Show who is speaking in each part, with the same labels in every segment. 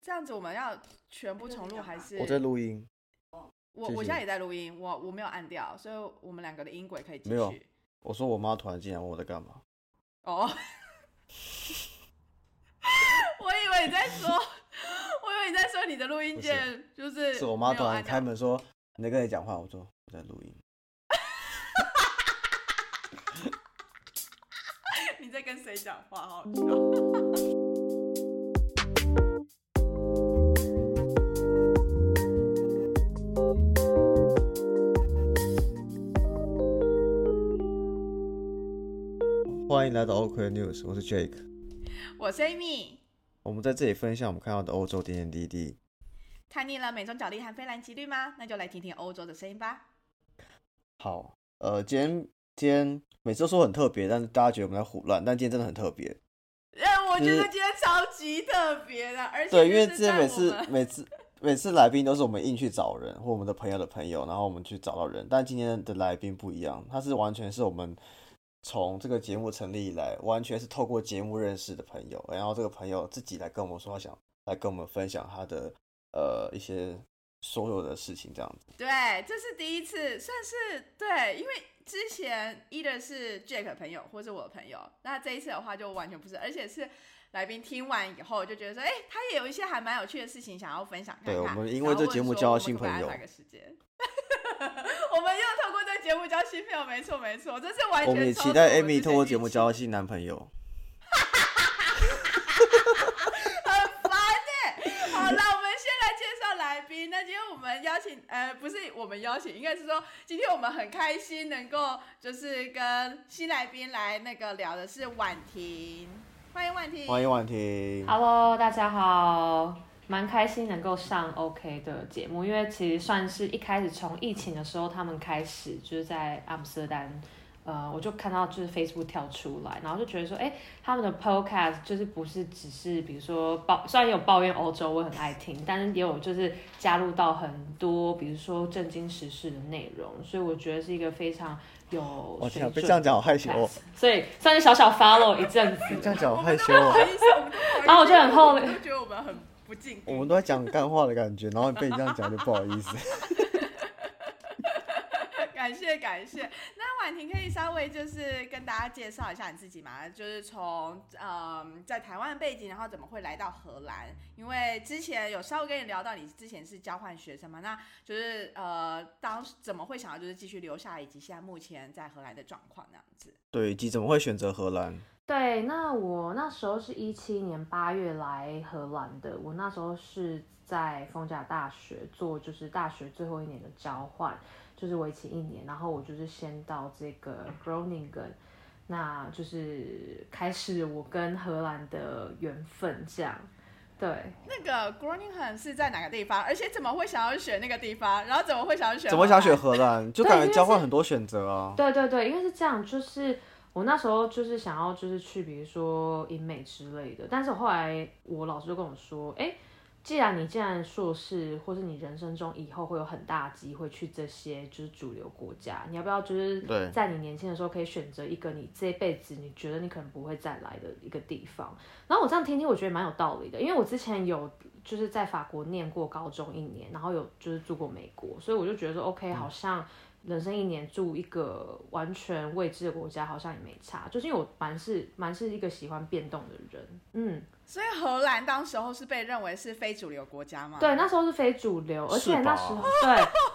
Speaker 1: 这样子我们要全部重录还是？
Speaker 2: 我在录音，
Speaker 1: 我
Speaker 2: 谢
Speaker 1: 我
Speaker 2: 谢
Speaker 1: 现在也在录音，我我没有按掉，所以我们两个的音轨可以继
Speaker 2: 没有
Speaker 1: 续。
Speaker 2: 我说我妈突然进来问我在干嘛，
Speaker 1: 哦， 我以为你在说，我以为你在说你的录音
Speaker 2: 不是
Speaker 1: 键就是
Speaker 2: 是我妈
Speaker 1: 没有
Speaker 2: 突然
Speaker 1: 按掉
Speaker 2: 开门说你在跟谁讲话，我说我在录音，
Speaker 1: 你在跟谁讲话？哦好好笑。
Speaker 2: 欢迎来到 OK News，我是 Jake，
Speaker 1: 我是 Amy，
Speaker 2: 我们在这里分享我们看到的欧洲点点滴滴。
Speaker 1: 看腻了美中角力和菲蓝奇绿吗？那就来听听欧洲的声音吧。
Speaker 2: 好，呃，今天今天每次都说很特别，但是大家觉得我们在胡乱，但今天真的很特别。
Speaker 1: 哎，我觉得
Speaker 2: 就是
Speaker 1: 今天超级特别的，而且
Speaker 2: 对，因
Speaker 1: 就
Speaker 2: 为
Speaker 1: 是
Speaker 2: 之前
Speaker 1: 在
Speaker 2: 每
Speaker 1: 我
Speaker 2: 次
Speaker 1: 们
Speaker 2: 每次每次来宾都是我们硬去找人，或我们的朋友的朋友，然后我们去找到人。但今天的来宾不一样，他是完全是我们从这个节目成立以来，完全是透过节目认识的朋友，然后这个朋友自己来跟我们说他想来跟我们分享他的呃一些所有的事情这样子。
Speaker 1: 对，这是第一次，算是对，因为之前 either 是 Jack 的朋友或是我的朋友，那这一次的话就完全不是，而且是来宾听完以后就觉得说，哎、他也有一些还蛮有趣的事情想要分享看看。
Speaker 2: 对我们因
Speaker 1: 然
Speaker 2: 为
Speaker 1: 后
Speaker 2: 这
Speaker 1: 问
Speaker 2: 节目
Speaker 1: 说
Speaker 2: 交
Speaker 1: 我
Speaker 2: 到
Speaker 1: 们
Speaker 2: 新
Speaker 1: 可不可以
Speaker 2: 朋友
Speaker 1: 安排个时间。 我们要透过这节目交新朋友，没错没错，这是完全
Speaker 2: 我们也
Speaker 1: 超
Speaker 2: 期
Speaker 1: 出
Speaker 2: 待
Speaker 1: 我们
Speaker 2: Amy
Speaker 1: 之
Speaker 2: 透
Speaker 1: 前
Speaker 2: 过
Speaker 1: 预
Speaker 2: 节目
Speaker 1: 期
Speaker 2: 交到新男朋友。
Speaker 1: 很烦哎、好了，我们先来介绍来宾。那今天我们邀请，呃，不是我们邀请，应该是说今天我们很开心能够就是跟新来宾来那个聊的是婉婷，欢迎婉婷。
Speaker 2: 欢迎婉婷。
Speaker 3: Hello，大家好，蛮开心能够上 OK 的节目，因为其实算是一开始从疫情的时候，他们开始就是在阿姆斯特丹，呃，我就看到就是 Facebook 跳出来，然后就觉得说，哎、他们的 Podcast 就是不是只是比如说抱，虽然有抱怨欧洲，我很爱听，但是也有就是加入到很多比如说震惊时事的内容，所以我觉得是一个非常有
Speaker 2: 我
Speaker 3: 水
Speaker 2: 天啊，被
Speaker 3: 准
Speaker 2: 这样讲好害羞 哦，
Speaker 3: podcast 所以算是小小 follow 一阵子。
Speaker 2: 这样讲好
Speaker 1: 我
Speaker 2: 害
Speaker 1: 们
Speaker 2: 羞
Speaker 1: 都不
Speaker 2: 哦
Speaker 1: 好。意思，我们都不好意思，
Speaker 3: 然后我就很后
Speaker 1: 我
Speaker 3: 悔
Speaker 1: 们都觉得我们很不敬
Speaker 2: 我
Speaker 1: 业。
Speaker 2: 们都在讲干话的感觉，然后被你这样讲就不好意思。
Speaker 1: 感谢感谢。那婉婷可以稍微就是跟大家介绍一下你自己嘛，就是从嗯在台湾的背景，然后怎么会来到荷兰？因为之前有稍微跟你聊到你之前是交换学生嘛，那就是呃当时怎么会想要就是继续留下来，以及现在目前在荷兰的状况那样子。
Speaker 2: 对，以及怎么会选择荷兰？
Speaker 3: 对，那我那时候是一七年八月来荷兰的，我那时候是在丰甲大学做就是大学最后一年的交换，就是为期一年，然后我就是先到这个 Groningen，那就是开始我跟荷兰的缘分这样，对。
Speaker 1: 那个 Groningen 是在哪个地方？而且怎么会想要选那个地方？然后怎么会想要选？
Speaker 2: 怎么想选？荷兰？就感
Speaker 3: 啊因
Speaker 2: 觉
Speaker 3: 为
Speaker 2: 交
Speaker 3: 是
Speaker 2: 换很多选择啊。
Speaker 3: 对对对，因为是这样，就是我那时候就是想要就是去比如说英美之类的，但是我后来我老师就跟我说，哎，既然你既然硕士，或是你人生中以后会有很大的机会去这些就是主流国家，你要不要就是
Speaker 2: 对
Speaker 3: 在你年轻的时候可以选择一个你这辈子你觉得你可能不会再来的一个地方？然后我这样听听，我觉得蛮有道理的，因为我之前有就是在法国念过高中一年，然后有就是住过美国，所以我就觉得说，OK，好像人生一年住一个完全未知的国家，好像也没差，就是因为我蛮是蛮是一个喜欢变动的人，嗯，
Speaker 1: 所以荷兰当时候是被认为是非主流国家吗？
Speaker 3: 对，那时候是非主流，而
Speaker 2: 是吧
Speaker 3: 且那时候对，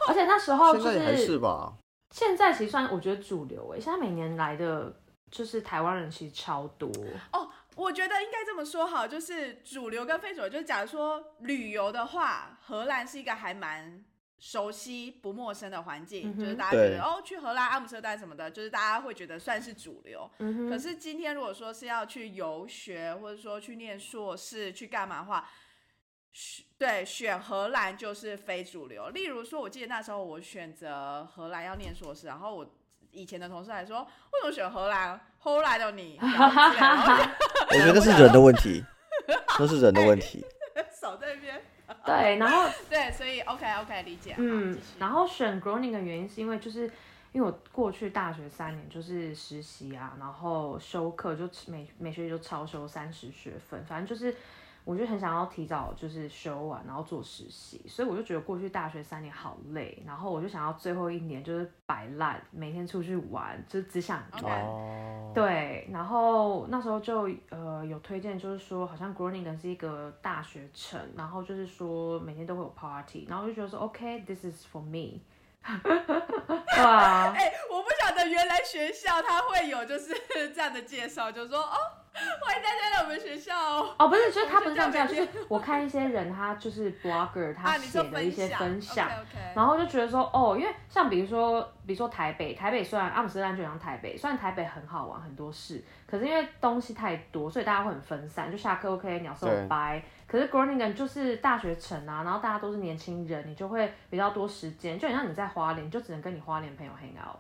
Speaker 3: 而且那时候
Speaker 2: 现
Speaker 3: 就
Speaker 2: 在也还是
Speaker 3: 是
Speaker 2: 吧？
Speaker 3: 现在其实算我觉得主流欸诶、现在每年来的就是台湾人其实超多，
Speaker 1: 哦，我觉得应该这么说好，就是主流跟非主流，就是假如说旅游的话，荷兰是一个还蛮熟悉、不陌生的环境，
Speaker 3: 嗯哼
Speaker 1: 就是大家觉
Speaker 2: 对
Speaker 1: 得哦，去荷兰、阿姆斯特丹什么的，就是大家会觉得算是主流。
Speaker 3: 嗯哼，
Speaker 1: 可是今天如果说是要去游学，或者说去念硕士、去干嘛的话，选对选荷兰就是非主流。例如说，我记得那时候我选择荷兰要念硕士，然后我以前的同事还说，为什么选荷兰？后来的你，然后之类的然后
Speaker 2: 我觉得是人的问题，那是人的问 题。
Speaker 1: 就手这边。
Speaker 3: 对，然后
Speaker 1: 对，所以 OK OK 理解。
Speaker 3: 嗯
Speaker 1: 好继续，
Speaker 3: 然后选 Groningen 的原因是因为就是因为我过去大学三年就是实习啊，然后修课就每每学期就超修三十学分，反正就是我就很想要提早就是休完，然后做实习，所以我就觉得过去大学三年好累，然后我就想要最后一年就是摆烂，每天出去玩，就只想玩。
Speaker 1: OK
Speaker 2: 哦，
Speaker 3: 对，然后那时候就呃有推荐，就是说好像 Groningen 是一个大学城，然后就是说每天都会有 party，然后我就觉得说 OK，this、is for me。对啊，
Speaker 1: 哎、我不晓得原来学校它会有就是 这样的介绍，就说哦，欢迎大家来我们学校哦。
Speaker 3: 哦不是，就是他
Speaker 1: 我
Speaker 3: 不
Speaker 1: 们
Speaker 3: 是这样
Speaker 1: 学校
Speaker 3: 讲，就
Speaker 1: 每
Speaker 3: 是我看一些人他就是 blogger
Speaker 1: 啊，
Speaker 3: 他
Speaker 1: 你
Speaker 3: 写
Speaker 1: 说
Speaker 3: 的一些
Speaker 1: 享，
Speaker 3: 分享，
Speaker 1: o k
Speaker 3: 然后就觉得说，哦，因为像比如说，比如说台北，台北虽然阿姆斯特丹就像台北，虽然台北很好玩很多事，可是因为东西太多，所以大家会很分散，就下课 OK，鸟兽
Speaker 2: 对
Speaker 3: 掰。可是 Groningen 就是大学城啊，然后大家都是年轻人，你就会比较多时间，就很像你在花莲，你就只能跟你花莲朋友 hang out。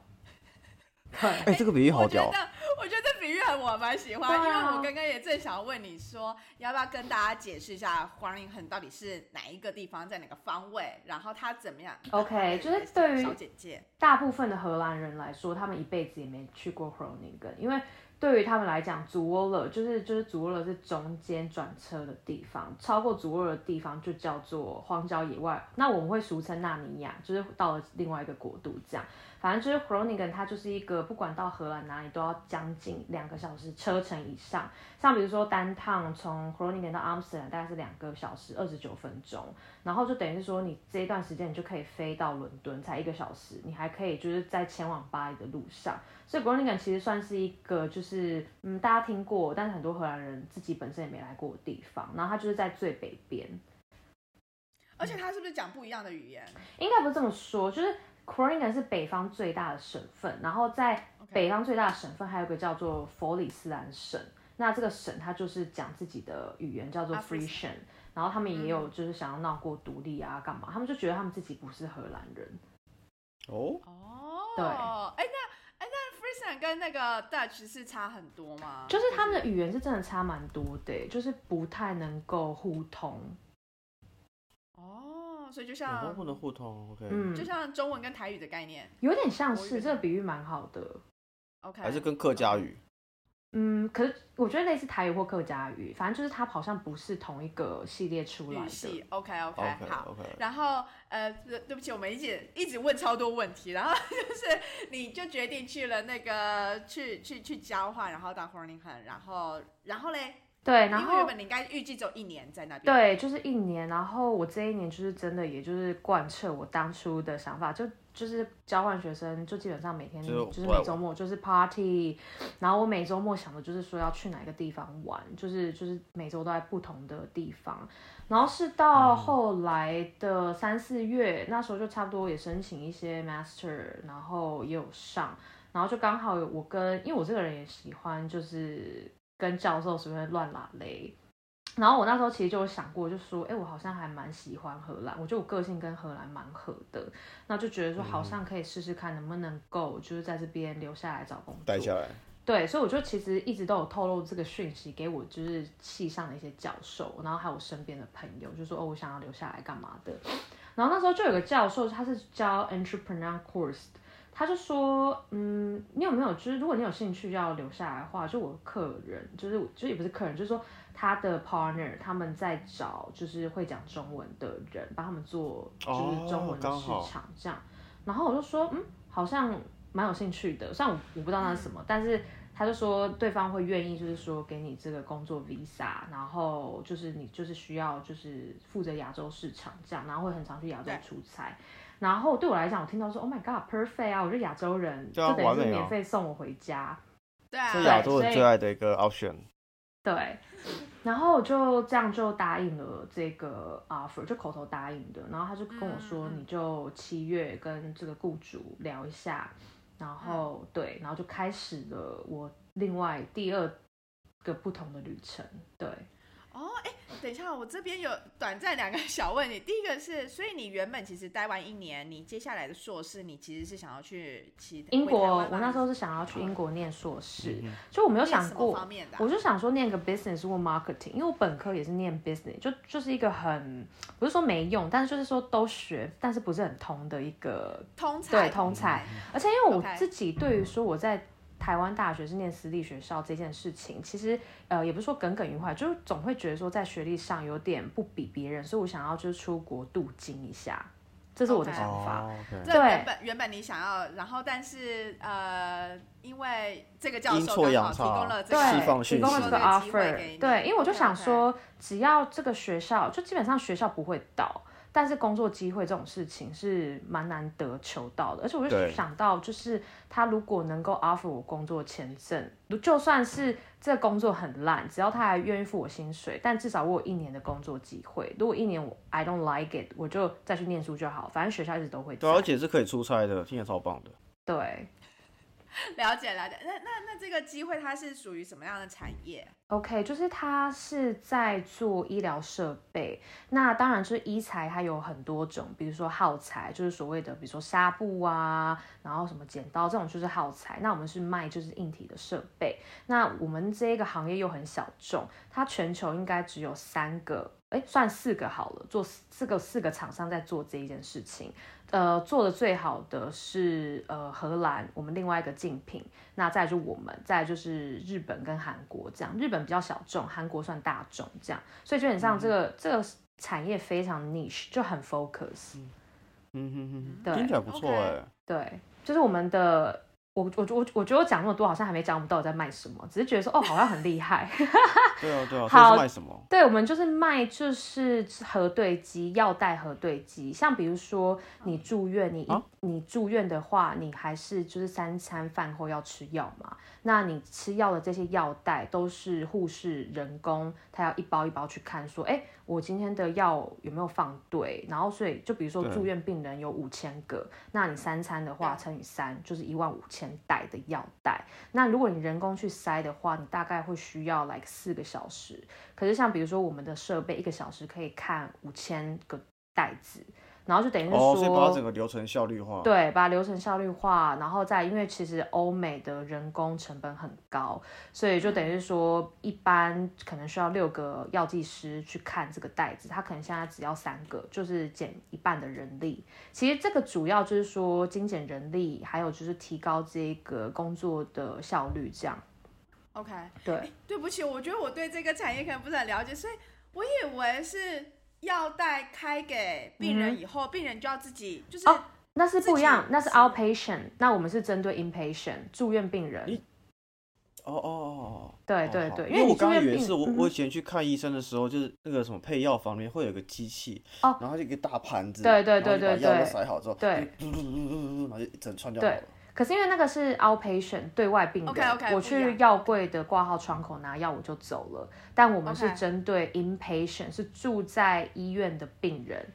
Speaker 3: 对，
Speaker 2: 哎、这个比喻好
Speaker 1: 我觉
Speaker 2: 屌
Speaker 1: 得，我觉得这比喻很我蛮喜欢，
Speaker 3: 对啊
Speaker 1: 因为我刚刚也正想问你说，要不要跟大家解释一下黄陵恒到底是哪一个地方，在哪个方位，然后它怎么样
Speaker 3: OK，就是哦对于
Speaker 1: 小简介，
Speaker 3: 大部分的荷兰人来说，他们一辈子也没去过 Groningen，因为对于他们来讲，祖沃勒就是就是祖沃勒是中间转车的地方，超过祖沃勒的地方就叫做荒郊野外。那我们会俗称纳米亚，就是到了另外一个国度这样。反正就是 Groningen，它就是一个不管到荷兰哪里都要将近两个小时车程以上。像比如说单趟从 Groningen 到 Amsterdam 大概是两个小时二十九分钟，然后就等于是说，你这一段时间你就可以飞到伦敦，才一个小时，你还可以就是在前往巴黎的路上。所以 Groningen 其实算是一个就是嗯大家听过，但是很多荷兰人自己本身也没来过的地方。然后它就是在最北边，
Speaker 1: 而且它是不是讲不一样的语言
Speaker 3: 应该不是这么说，就是 Groningen 是北方最大的省份，然后在
Speaker 1: ？OK，
Speaker 3: 北方最大的省份还有一个叫做佛里斯兰省，那这个省它就是讲自己的语言叫做
Speaker 1: 啊
Speaker 3: Frisian，然后他们也有就是想要闹过独立啊干嘛，他们就觉得他们自己不是荷兰人。
Speaker 2: 哦，
Speaker 1: 哦，
Speaker 3: 对
Speaker 1: 哎、那哎、那 f r e e s a n 跟那个 Dutch 是差很多吗？
Speaker 3: 就是他们的语言是真的差蛮多的欸，就是不太能够互通。
Speaker 1: 哦，所以就
Speaker 2: 我
Speaker 1: 像
Speaker 2: 们不能互通，OK，、
Speaker 3: 嗯
Speaker 1: 就，像中文跟台语的概念
Speaker 3: 有点像
Speaker 1: 国语
Speaker 3: 是
Speaker 1: 的
Speaker 3: 这个比喻蛮好的。
Speaker 1: ，OK，
Speaker 2: 还是跟客家语，
Speaker 3: 嗯，可是我觉得类似台语或客家语，反正就是它好像不是同一个系列出来
Speaker 1: 语
Speaker 3: 的
Speaker 1: 系。，OK OK，,
Speaker 2: OK
Speaker 1: 好。
Speaker 2: OK，
Speaker 1: 然后呃，对对不起，我们一直一直问超多问题，然后 就是你就决定去了那个去去去交换，然后到 Horningham，然后然后嘞，
Speaker 3: 对，然
Speaker 1: 因为原
Speaker 3: 后
Speaker 1: 本你应该预计只有一年在那边，
Speaker 3: 对，就是一年，然后我这一年就是真的，也就是贯彻我当初的想法，就就是交换学生，就基本上每天
Speaker 2: 就是
Speaker 3: 就是
Speaker 2: 我来
Speaker 3: 每周末就是 party，然后我每周末想的就是说要去哪个地方玩，就是就是每周都在不同的地方，然后是到后来的三四月，那时候就差不多也申请一些 master，然后也有上，然后就刚好有我跟，因为我这个人也喜欢就是跟教授随便乱拉雷。然后我那时候其实就有想过，就说，哎，我好像还蛮喜欢荷兰，我觉得我个性跟荷兰蛮合的，那就觉得说好像可以试试看能不能够就是在这边留下来找工作，
Speaker 2: 待下来，
Speaker 3: 对，所以我就其实一直都有透露这个讯息给我就是系上的一些教授，然后还有我身边的朋友，就说哦，我想要留下来干嘛的。然后那时候就有个教授，他是教 entrepreneur course，他就说，嗯，你有没有就是如果你有兴趣要留下来的话，就我客人，就是我就也不是客人，就是说他的 partner 他们在找就是会讲中文的人，帮他们做就是中文的
Speaker 2: 哦刚
Speaker 3: 市
Speaker 2: 好
Speaker 3: 场这样。然后我就说，嗯，好像蛮有兴趣的，虽然我我不知道那是什么，但是他就说对方会愿意，就是说给你这个工作 visa，然后就是你就是需要就是负责亚洲市场这样，然后会很常去亚洲
Speaker 1: 对
Speaker 3: 出差。然后对我来讲，我听到说 Oh my God，perfect 啊，我是亚洲人，
Speaker 2: 对啊
Speaker 3: 这等于
Speaker 2: 完
Speaker 3: 是
Speaker 2: 美啊
Speaker 3: 免费送我回家。
Speaker 1: 对
Speaker 2: 是
Speaker 1: 啊，
Speaker 2: 亚洲
Speaker 3: 对所
Speaker 2: 人
Speaker 3: 以
Speaker 2: 最爱的一个 option，
Speaker 3: 对，然后我就这样就答应了这个 offer，就口头答应的。然后他就跟我说，
Speaker 1: 嗯嗯
Speaker 3: 你就七月跟这个雇主聊一下，然后、
Speaker 1: 嗯
Speaker 3: 对，然后就开始了我另外第二个不同的旅程。对，
Speaker 1: 哦，哎，等一下，我这边有短暂两个小问题，第一个是，所以你原本其实待完一年，你接下来的硕士，你其实是想要去其
Speaker 3: 英国，
Speaker 1: 回台湾
Speaker 3: 我
Speaker 1: 吗
Speaker 3: 那时候是想要去英国念硕士，就我没有
Speaker 1: 念
Speaker 3: 想
Speaker 1: 什么
Speaker 3: 过
Speaker 1: 方面的啊、
Speaker 3: 我就想说念个 business 或 marketing，因为我本科也是念 business，就就是一个很不是说没用，但是就是说都学，但是不是很通的一个
Speaker 1: 通才
Speaker 3: 对通才。而且因为我
Speaker 1: OK
Speaker 3: 自己对于说我在台湾大学是念私立学校这件事情，其实呃也不是说耿耿于怀，就是总会觉得说在学历上有点不比别人，所以我想要就是出国镀金一下，这是我的
Speaker 1: OK
Speaker 3: 想法。
Speaker 2: 哦，OK
Speaker 1: 这
Speaker 3: 对
Speaker 1: 原本原本你想要，然后但是呃，因为这个教
Speaker 2: 阴
Speaker 1: 授
Speaker 2: 错
Speaker 1: 刚
Speaker 2: 阳
Speaker 1: 好提
Speaker 2: 差
Speaker 1: 供了这
Speaker 3: 对，
Speaker 1: 个
Speaker 2: 释放
Speaker 3: 提
Speaker 2: 讯
Speaker 3: 供了
Speaker 2: 息
Speaker 3: 这个
Speaker 1: 提供了这个机会给
Speaker 3: offer，
Speaker 1: 你
Speaker 3: 对，因为我就想
Speaker 1: OK，OK
Speaker 3: 说，只要这个学校，就基本上学校不会倒，但是工作机会这种事情是蛮难得求到的，而且我就
Speaker 2: 对
Speaker 3: 想到，就是他如果能够 offer 我工作签证，就算是这个工作很烂，只要他还愿意付我薪水，但至少我有一年的工作机会。如果一年我 I don't like it，我就再去念书就好，反正学校一直都会
Speaker 2: 对啊，而
Speaker 3: 在。
Speaker 2: 且是可以出差的，听起来超棒的。
Speaker 3: 对
Speaker 1: 了解了解。那那那这个机会它是属于什么样的产业？
Speaker 3: OK，就是他是在做医疗设备，那当然就是医材，它有很多种，比如说耗材，就是所谓的比如说纱布啊，然后什么剪刀这种就是耗材。那我们是卖就是硬体的设备，那我们这个行业又很小众，它全球应该只有三个，哎，算四个好了，做四四个四个厂商在做这一件事情。呃，做的最好的是呃荷兰，我们另外一个竞品，那再来就我们，再来就是日本跟韩国这样，日本比较小众，韩国算大众这样，所以基本上这
Speaker 2: 嗯
Speaker 3: 个、这个产业非常 niche，就很 focus，、
Speaker 2: 嗯哼哼哼，
Speaker 3: 对
Speaker 2: 听起来不错
Speaker 1: OK
Speaker 2: 哎、
Speaker 3: 对，就是我们的。我我我我觉得我讲那么多，好像还没讲我们到底在卖什么，只是觉得说哦，好像很厉害。
Speaker 2: 对啊对啊，所以
Speaker 3: 好
Speaker 2: 是卖什么？
Speaker 3: 对，我们就是卖就是核对机，药代核对机。像比如说你住院，你一、
Speaker 2: 啊
Speaker 3: 你住院的话，你还是就是三餐饭后要吃药嘛？那你吃药的这些药袋都是护士人工，他要一包一包去看，说，哎，我今天的药有没有放对？然后所以就比如说
Speaker 2: 对
Speaker 3: 住院病人有五千个，那你三餐的话
Speaker 1: 对
Speaker 3: 乘以三就是一万五千袋的药袋。那如果你人工去塞的话，你大概会需要 like 四个小时。可是像比如说我们的设备，一个小时可以看五千个袋子，然后就等于是说，
Speaker 2: 哦，所以把它整个流程效率化。，
Speaker 3: 对，把流程效率化，然后再因为其实欧美的人工成本很高，所以就等于说一般可能需要六个药剂师去看这个袋子，他可能现在只要三个，就是减一半的人力。其实这个主要就是说精简人力，还有就是提高这个工作的效率，这样
Speaker 1: OK，
Speaker 3: 对。
Speaker 1: 对不起，我觉得我对这个产业可能不是很了解，所以我以为是药袋开给病人以后，病人就要自己就是、
Speaker 3: 哦那是不一样
Speaker 1: 自，己
Speaker 3: 那是
Speaker 1: 是
Speaker 3: outpatient，那我们是针对 inpatient 住院病人
Speaker 2: 咦。哦哦哦。
Speaker 3: 对
Speaker 2: 哦
Speaker 3: 哎对
Speaker 2: 好
Speaker 3: 对，
Speaker 2: 因
Speaker 3: 为你
Speaker 2: 我
Speaker 3: 住
Speaker 2: 刚刚
Speaker 3: 院
Speaker 2: 以为
Speaker 3: 病
Speaker 2: 是我
Speaker 3: 嗯
Speaker 2: 我以前去看医生的时候，就是那个什么配药房里面会有个机器，
Speaker 3: 哦
Speaker 2: 然后就一个大盘子，
Speaker 3: 对对
Speaker 2: 然后
Speaker 3: 对
Speaker 2: 你
Speaker 3: 对
Speaker 2: 把药都
Speaker 3: 对
Speaker 2: 塞好之后，
Speaker 3: 对
Speaker 2: 就嘟嘟嘟嘟嘟嘟，然后就一整串就好
Speaker 3: 对
Speaker 2: 了。
Speaker 3: 可是因为那个是 outpatient 对外病人
Speaker 1: OK，OK，
Speaker 3: 我
Speaker 1: 不一
Speaker 3: 去
Speaker 1: 样
Speaker 3: 药柜的挂号窗口拿药我就走了。但我们是
Speaker 1: OK
Speaker 3: 针对 inpatient，是住在医院的病人，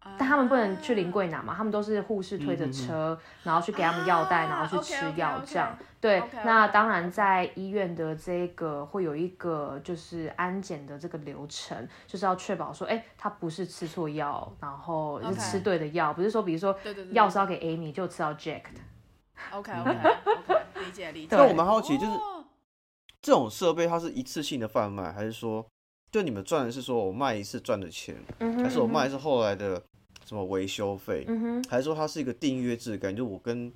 Speaker 1: 啊
Speaker 3: 但他们不能去临柜拿嘛，他们都是护士
Speaker 2: 嗯
Speaker 3: 推着车，然后去给他们药袋，
Speaker 1: 啊
Speaker 3: 然后去吃药
Speaker 1: OK，OK，OK
Speaker 3: 这样。对
Speaker 1: OK，OK
Speaker 3: 那当然在医院的这个会有一个就是安检的这个流程，就是要确保说，哎，他不是吃错药，然后是
Speaker 1: OK
Speaker 3: 吃对的药，不是说比如说
Speaker 1: 对对对
Speaker 3: 药是要给 Amy 就吃到 Jack 的。
Speaker 1: OK OK OK，理解理解。
Speaker 2: 那我蛮好奇，就是
Speaker 1: 哦
Speaker 2: 这种设备它是一次性的贩卖，还是说就你们赚的是说我卖一次赚的钱，
Speaker 3: 嗯哼
Speaker 2: 还是我
Speaker 3: 嗯哼
Speaker 2: 卖的是后来的什么维修费？
Speaker 3: 嗯哼，
Speaker 2: 还是说它是一个订阅制，感觉我跟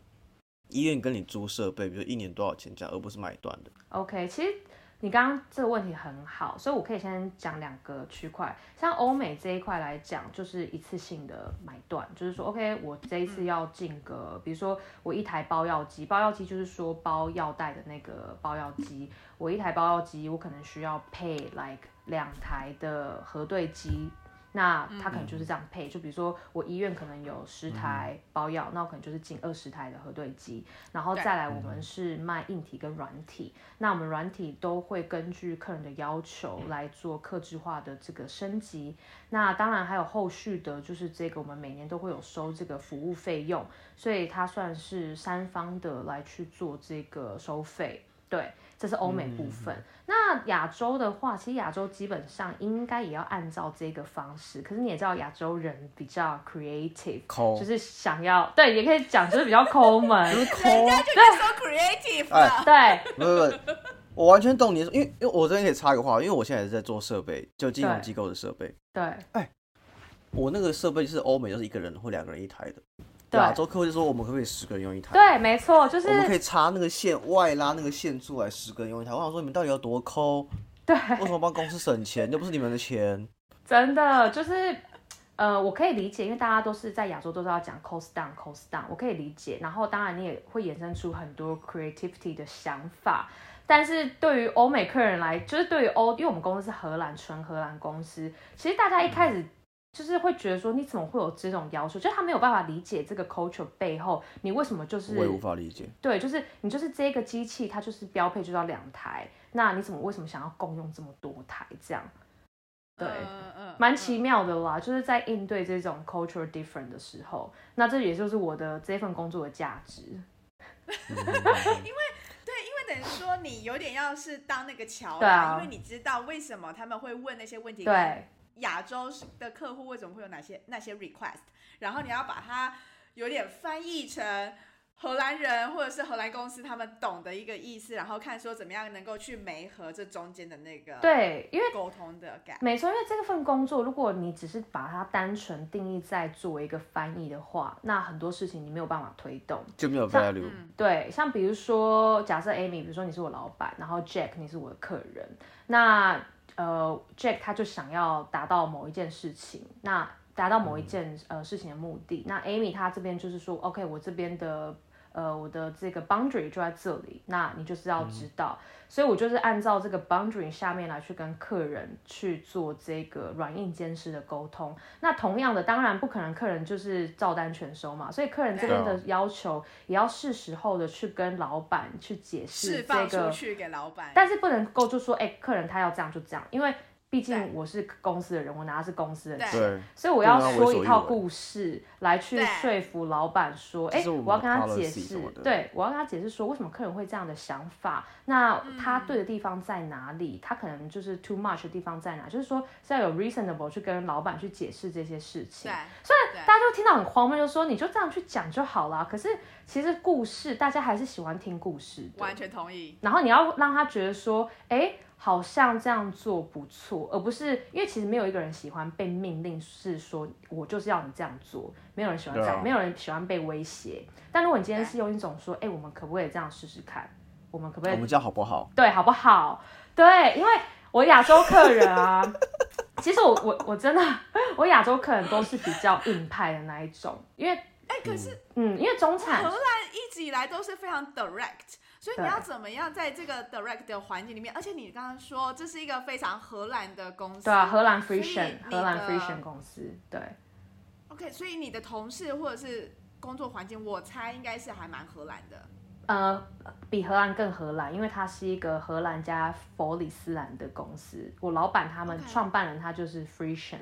Speaker 2: 医院跟你租设备，比如一年多少钱这样，而不是买断的。
Speaker 3: OK，其实你刚刚这个问题很好，所以我可以先讲两个区块。像欧美这一块来讲，就是一次性的买断，就是说，OK，我这一次要进个，比如说我一台包药机，包药机就是说包药袋的那个包药机，我一台包药机，我可能需要配 like 两台的核对机。那它可能就是这样配，就比如说我医院可能有十台包药，那我可能就是进二十台的核对机，然后
Speaker 1: 对
Speaker 3: 再来我们是卖硬体跟软体，那我们软体都会根据客人的要求来做客制化的这个升级。那当然还有后续的，就是这个我们每年都会有收这个服务费用，所以它算是三方的来去做这个收费。对，这是欧美部分。那亚洲的话，其实亚洲基本上应该也要按照这个方式，可是你也知道亚洲人比较 creative，
Speaker 2: 抠
Speaker 3: 就是想要对，也可以讲就是比较抠门，
Speaker 1: 人家就是说 creative
Speaker 2: 哎
Speaker 1: 了，
Speaker 3: 对，
Speaker 2: 不不不，我完全懂你的，因为因为我这边可以插一个话，因为我现在也是在做设备，就金融
Speaker 3: 对
Speaker 2: 机构的设备。
Speaker 3: 对，
Speaker 2: 我那个设备是欧美，就是一个人或两个人一台的，
Speaker 3: 对
Speaker 2: 亚洲客户就说我们可不可以十个人用一台？
Speaker 3: 对，没错，就是
Speaker 2: 我们可以插那个线外拉那个线出来，十个人用一台。我想说你们到底有多抠？
Speaker 3: 对，
Speaker 2: 为什么帮公司省钱？又不是你们的钱。
Speaker 3: 真的就是，呃，我可以理解，因为大家都是在亚洲都是要讲 cost down cost down，我可以理解。然后当然你也会衍生出很多 creativity 的想法，但是对于欧美客人来，就是对于欧，因为我们公司是荷兰纯荷兰公司，其实大家一开始。就是会觉得说，你怎么会有这种要求？就是他没有办法理解这个 culture 背后，你为什么就是
Speaker 2: 我也无法理解。
Speaker 3: 对，就是你就是这个机器，它就是标配就是要两台，那你怎么为什么想要共用这么多台这样？对，
Speaker 1: 嗯嗯
Speaker 3: 蛮奇妙的啦，就是在应对这种 culture different 的时候，那这也就是我的这份工作的价值。
Speaker 1: 因为等于说你有点要是当那个桥
Speaker 3: 对啊
Speaker 1: 梁，因为你知道为什么他们会问那些问题，
Speaker 3: 对，
Speaker 1: 亚洲的客户为什么会有哪些那些 request，然后你要把它有点翻译成荷兰人或者是荷兰公司他们懂的一个意思，然后看说怎么样能够去媒合这中间的那个
Speaker 3: 对，因为
Speaker 1: 沟通的感。
Speaker 3: 没错，因为这份工作，如果你只是把它单纯定义在作为一个翻译的话，那很多事情你没有办法推动。
Speaker 2: 就没有 value，
Speaker 1: 嗯
Speaker 3: 对，像比如说，假设 Amy，比如说你是我老板，然后 Jack 你是我的客人，那呃 Jack 他就想要达到某一件事情，那达到某一件呃事情的目的，那 Amy 她这边就是说，OK，我这边的呃我的这个 boundary 就在这里，那你就是要知道，所以我就是按照这个 boundary 下面来去跟客人去做这个软硬兼施的沟通。那同样的，当然不可能客人就是照单全收嘛，所以客人这边的
Speaker 2: 对
Speaker 3: 要求也要是时候的去跟老板去解释
Speaker 1: 释
Speaker 3: 这
Speaker 1: 放
Speaker 3: 个
Speaker 1: 出去给老板，
Speaker 3: 但是不能够就说，哎、客人他要这样就这样，因为毕竟
Speaker 1: 对
Speaker 3: 我是公司的人，我拿的是公司的
Speaker 1: 对
Speaker 3: 钱，
Speaker 2: 对，
Speaker 3: 所以我要
Speaker 2: 不能让他
Speaker 3: 说
Speaker 2: 为所
Speaker 3: 一
Speaker 2: 欲
Speaker 3: 套
Speaker 2: 为
Speaker 3: 故事来去
Speaker 1: 对
Speaker 3: 说服老板说，
Speaker 2: 这
Speaker 3: 哎、
Speaker 2: 是我们
Speaker 3: 我要跟他
Speaker 2: 的
Speaker 3: 解
Speaker 2: policy
Speaker 3: 释
Speaker 2: 什么，的
Speaker 3: 对我要跟他解释说为什么客人会这样的想法，那他对的地方在哪里？他可能就是 too much 的地方在哪？就是说是要有 reasonable 去跟老板去解释这些事情
Speaker 1: 对。，
Speaker 3: 虽然大家就听到很荒谬，就说你就这样去讲就好啦。可是其实故事大家还是喜欢听故事的，
Speaker 1: 完全同意。
Speaker 3: 然后你要让他觉得说，哎，好像这样做不错，而不是因为其实没有一个人喜欢被命令，是说我就是要你这样做，没有人喜欢这样，
Speaker 2: 对啊
Speaker 3: 没有人喜欢被威胁。但如果你今天是用一种说，哎，我们可不可以这样试试看？我们可不可
Speaker 2: 啊我
Speaker 3: 以
Speaker 2: 们这样好不好？
Speaker 3: 对，好不好？对，因为我亚洲客人 啊，其实我我我真的，我亚洲客人都是比较硬派的那一种，因为
Speaker 1: 哎，可是
Speaker 3: 嗯，因为中产
Speaker 1: 荷兰一直以来都是非常 direct，所以你
Speaker 3: 对
Speaker 1: 要怎么样在这个 direct 的环境里面？而且你刚刚说这是一个非常荷兰的公司，
Speaker 3: 对啊，荷兰
Speaker 1: 所以
Speaker 3: Frisian
Speaker 1: 你
Speaker 3: 荷兰
Speaker 1: 的
Speaker 3: Frisian 公司对。
Speaker 1: OK，所以你的同事或者是工作环境，我猜应该是还蛮荷兰的。
Speaker 3: 呃，比荷兰更荷兰，因为它是一个荷兰加佛里斯兰的公司。我老板他们
Speaker 1: OK
Speaker 3: 创办人他就是 Frisian，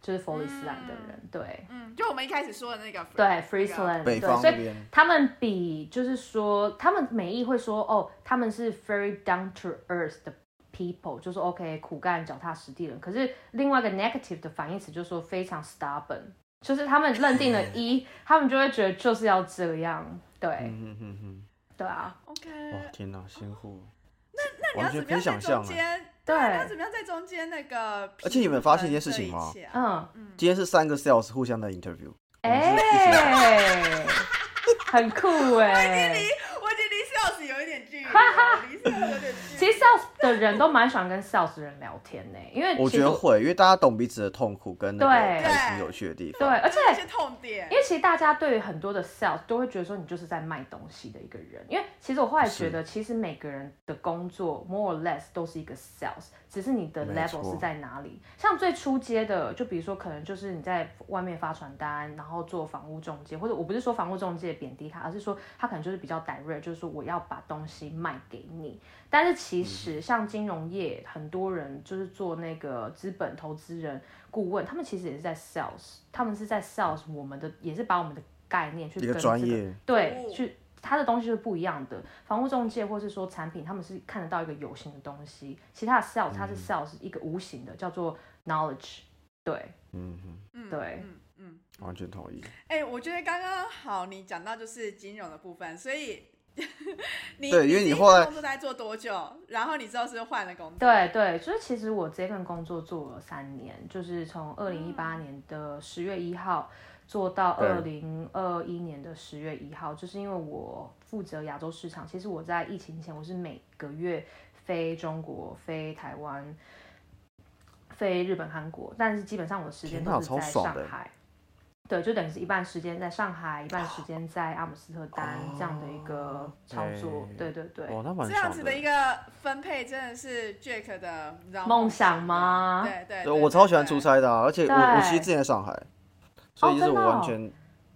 Speaker 3: 就是佛里斯兰的人，对
Speaker 1: 嗯，就我们一开始说的那个
Speaker 3: 对
Speaker 1: 那个
Speaker 3: f r i s l a n
Speaker 2: 北
Speaker 3: 嗯对，
Speaker 2: 方
Speaker 3: 所
Speaker 2: 那
Speaker 3: 以
Speaker 2: 边
Speaker 3: 他们比就是说，他们美意会说哦，他们是 very down to earth 的 people，就是 OK 苦干脚踏实地人。可是另外一个 negative 的反义词就是说非常 stubborn，就是他们认定了一，他们就会觉得就是要这样，对、
Speaker 2: 嗯哼哼哼，
Speaker 3: 对啊，
Speaker 1: OK，
Speaker 2: 哇，天哪，辛苦，
Speaker 1: 那你要
Speaker 2: 完
Speaker 1: 怎
Speaker 2: 全
Speaker 1: 么样
Speaker 2: 非
Speaker 1: 在
Speaker 2: 想
Speaker 1: 中
Speaker 2: 象哎。
Speaker 1: 间？
Speaker 3: 对
Speaker 1: 你要怎么样在中间那个平衡这一切啊？
Speaker 2: 而且你们发现一件事情吗
Speaker 1: 啊
Speaker 3: 嗯。
Speaker 2: 今天是三个 sales 互相的 interview，我们是一起来
Speaker 3: 哎、很酷哎、
Speaker 1: 我已经离 sales 有一点距离了，离 sales 有点距离。
Speaker 3: 其实 sales 的人都蛮喜欢跟 sales 人聊天呢、因为
Speaker 2: 我觉
Speaker 3: 其实
Speaker 2: 得会，因为大家懂彼此的痛苦跟那个
Speaker 3: 对
Speaker 2: 开心有趣的地
Speaker 3: 对，
Speaker 2: 方。
Speaker 3: 而且
Speaker 1: 就是一些痛点
Speaker 3: 因，为其实大家对于很多的 sales 都会觉得说你就是在卖东西的一个人，因为其实我后来觉得，其实每个人的工作 more or less 都是一个 sales，只是你的
Speaker 2: 没
Speaker 3: level
Speaker 2: 错
Speaker 3: 是在哪里。像最初阶的，就比如说可能就是你在外面发传单，然后做房屋中介，或者我不是说房屋中介贬低他，而是说他可能就是比较 direct，就是说我要把东西卖给你。但是
Speaker 2: 嗯
Speaker 3: 其实像金融业，很多人就是做那个资本投资人顾问，他们其实也是在 sales，他们是在 sales 我们的，也是把我们的概念去
Speaker 2: 一
Speaker 3: 跟、这
Speaker 2: 个
Speaker 3: 个、
Speaker 2: 专业，
Speaker 3: 对
Speaker 1: 服务
Speaker 3: 去。它的东西是不一样的，房屋中介或是说产品，他们是看得到一个有形的东西，其他的 sales 它
Speaker 2: 嗯
Speaker 3: 是 sales 一个无形的，叫做 knowledge。对，
Speaker 2: 嗯哼，
Speaker 1: 嗯
Speaker 3: 对
Speaker 1: 嗯嗯。
Speaker 2: 完全同意。
Speaker 1: 哎、我觉得刚刚好，你讲到就是金融的部分，所以 你
Speaker 2: 对因为
Speaker 1: 你第
Speaker 2: 你
Speaker 1: 一
Speaker 2: 后
Speaker 1: 份
Speaker 2: 来
Speaker 1: 工作在做多久？然后你之后是不是换了工作？
Speaker 3: 对对，就是其实我这份工作做了三年，就是从二零一八年的十月一号做到
Speaker 2: 嗯对
Speaker 3: 二零二一年的十月一号，就是因为我负责亚洲市场。其实我在疫情前，我是每个月飞中国、飞台湾、飞日本、韩国，但是基本上我的时间
Speaker 2: 天
Speaker 3: 都
Speaker 2: 哪
Speaker 3: 是
Speaker 2: 超
Speaker 3: 在
Speaker 2: 爽
Speaker 3: 上
Speaker 2: 的
Speaker 3: 海。对，就等于是一半时间在上海，一半时
Speaker 2: 哦
Speaker 3: 间在阿姆斯特丹、这样的一个操作。
Speaker 2: 哎
Speaker 3: 对对对，
Speaker 2: 哦，那蛮
Speaker 1: 这
Speaker 2: 爽
Speaker 1: 样子的一个分配真的是 Jack 的，你知道
Speaker 3: 梦想吗
Speaker 1: 对对
Speaker 2: 对
Speaker 1: 对，
Speaker 2: 我超喜欢
Speaker 1: 对
Speaker 2: 出。差的啊、而且我
Speaker 3: 对
Speaker 2: 我其实之前在上海，所以就是
Speaker 3: 真
Speaker 2: 我
Speaker 3: 的
Speaker 2: 完
Speaker 3: 哦
Speaker 2: 全、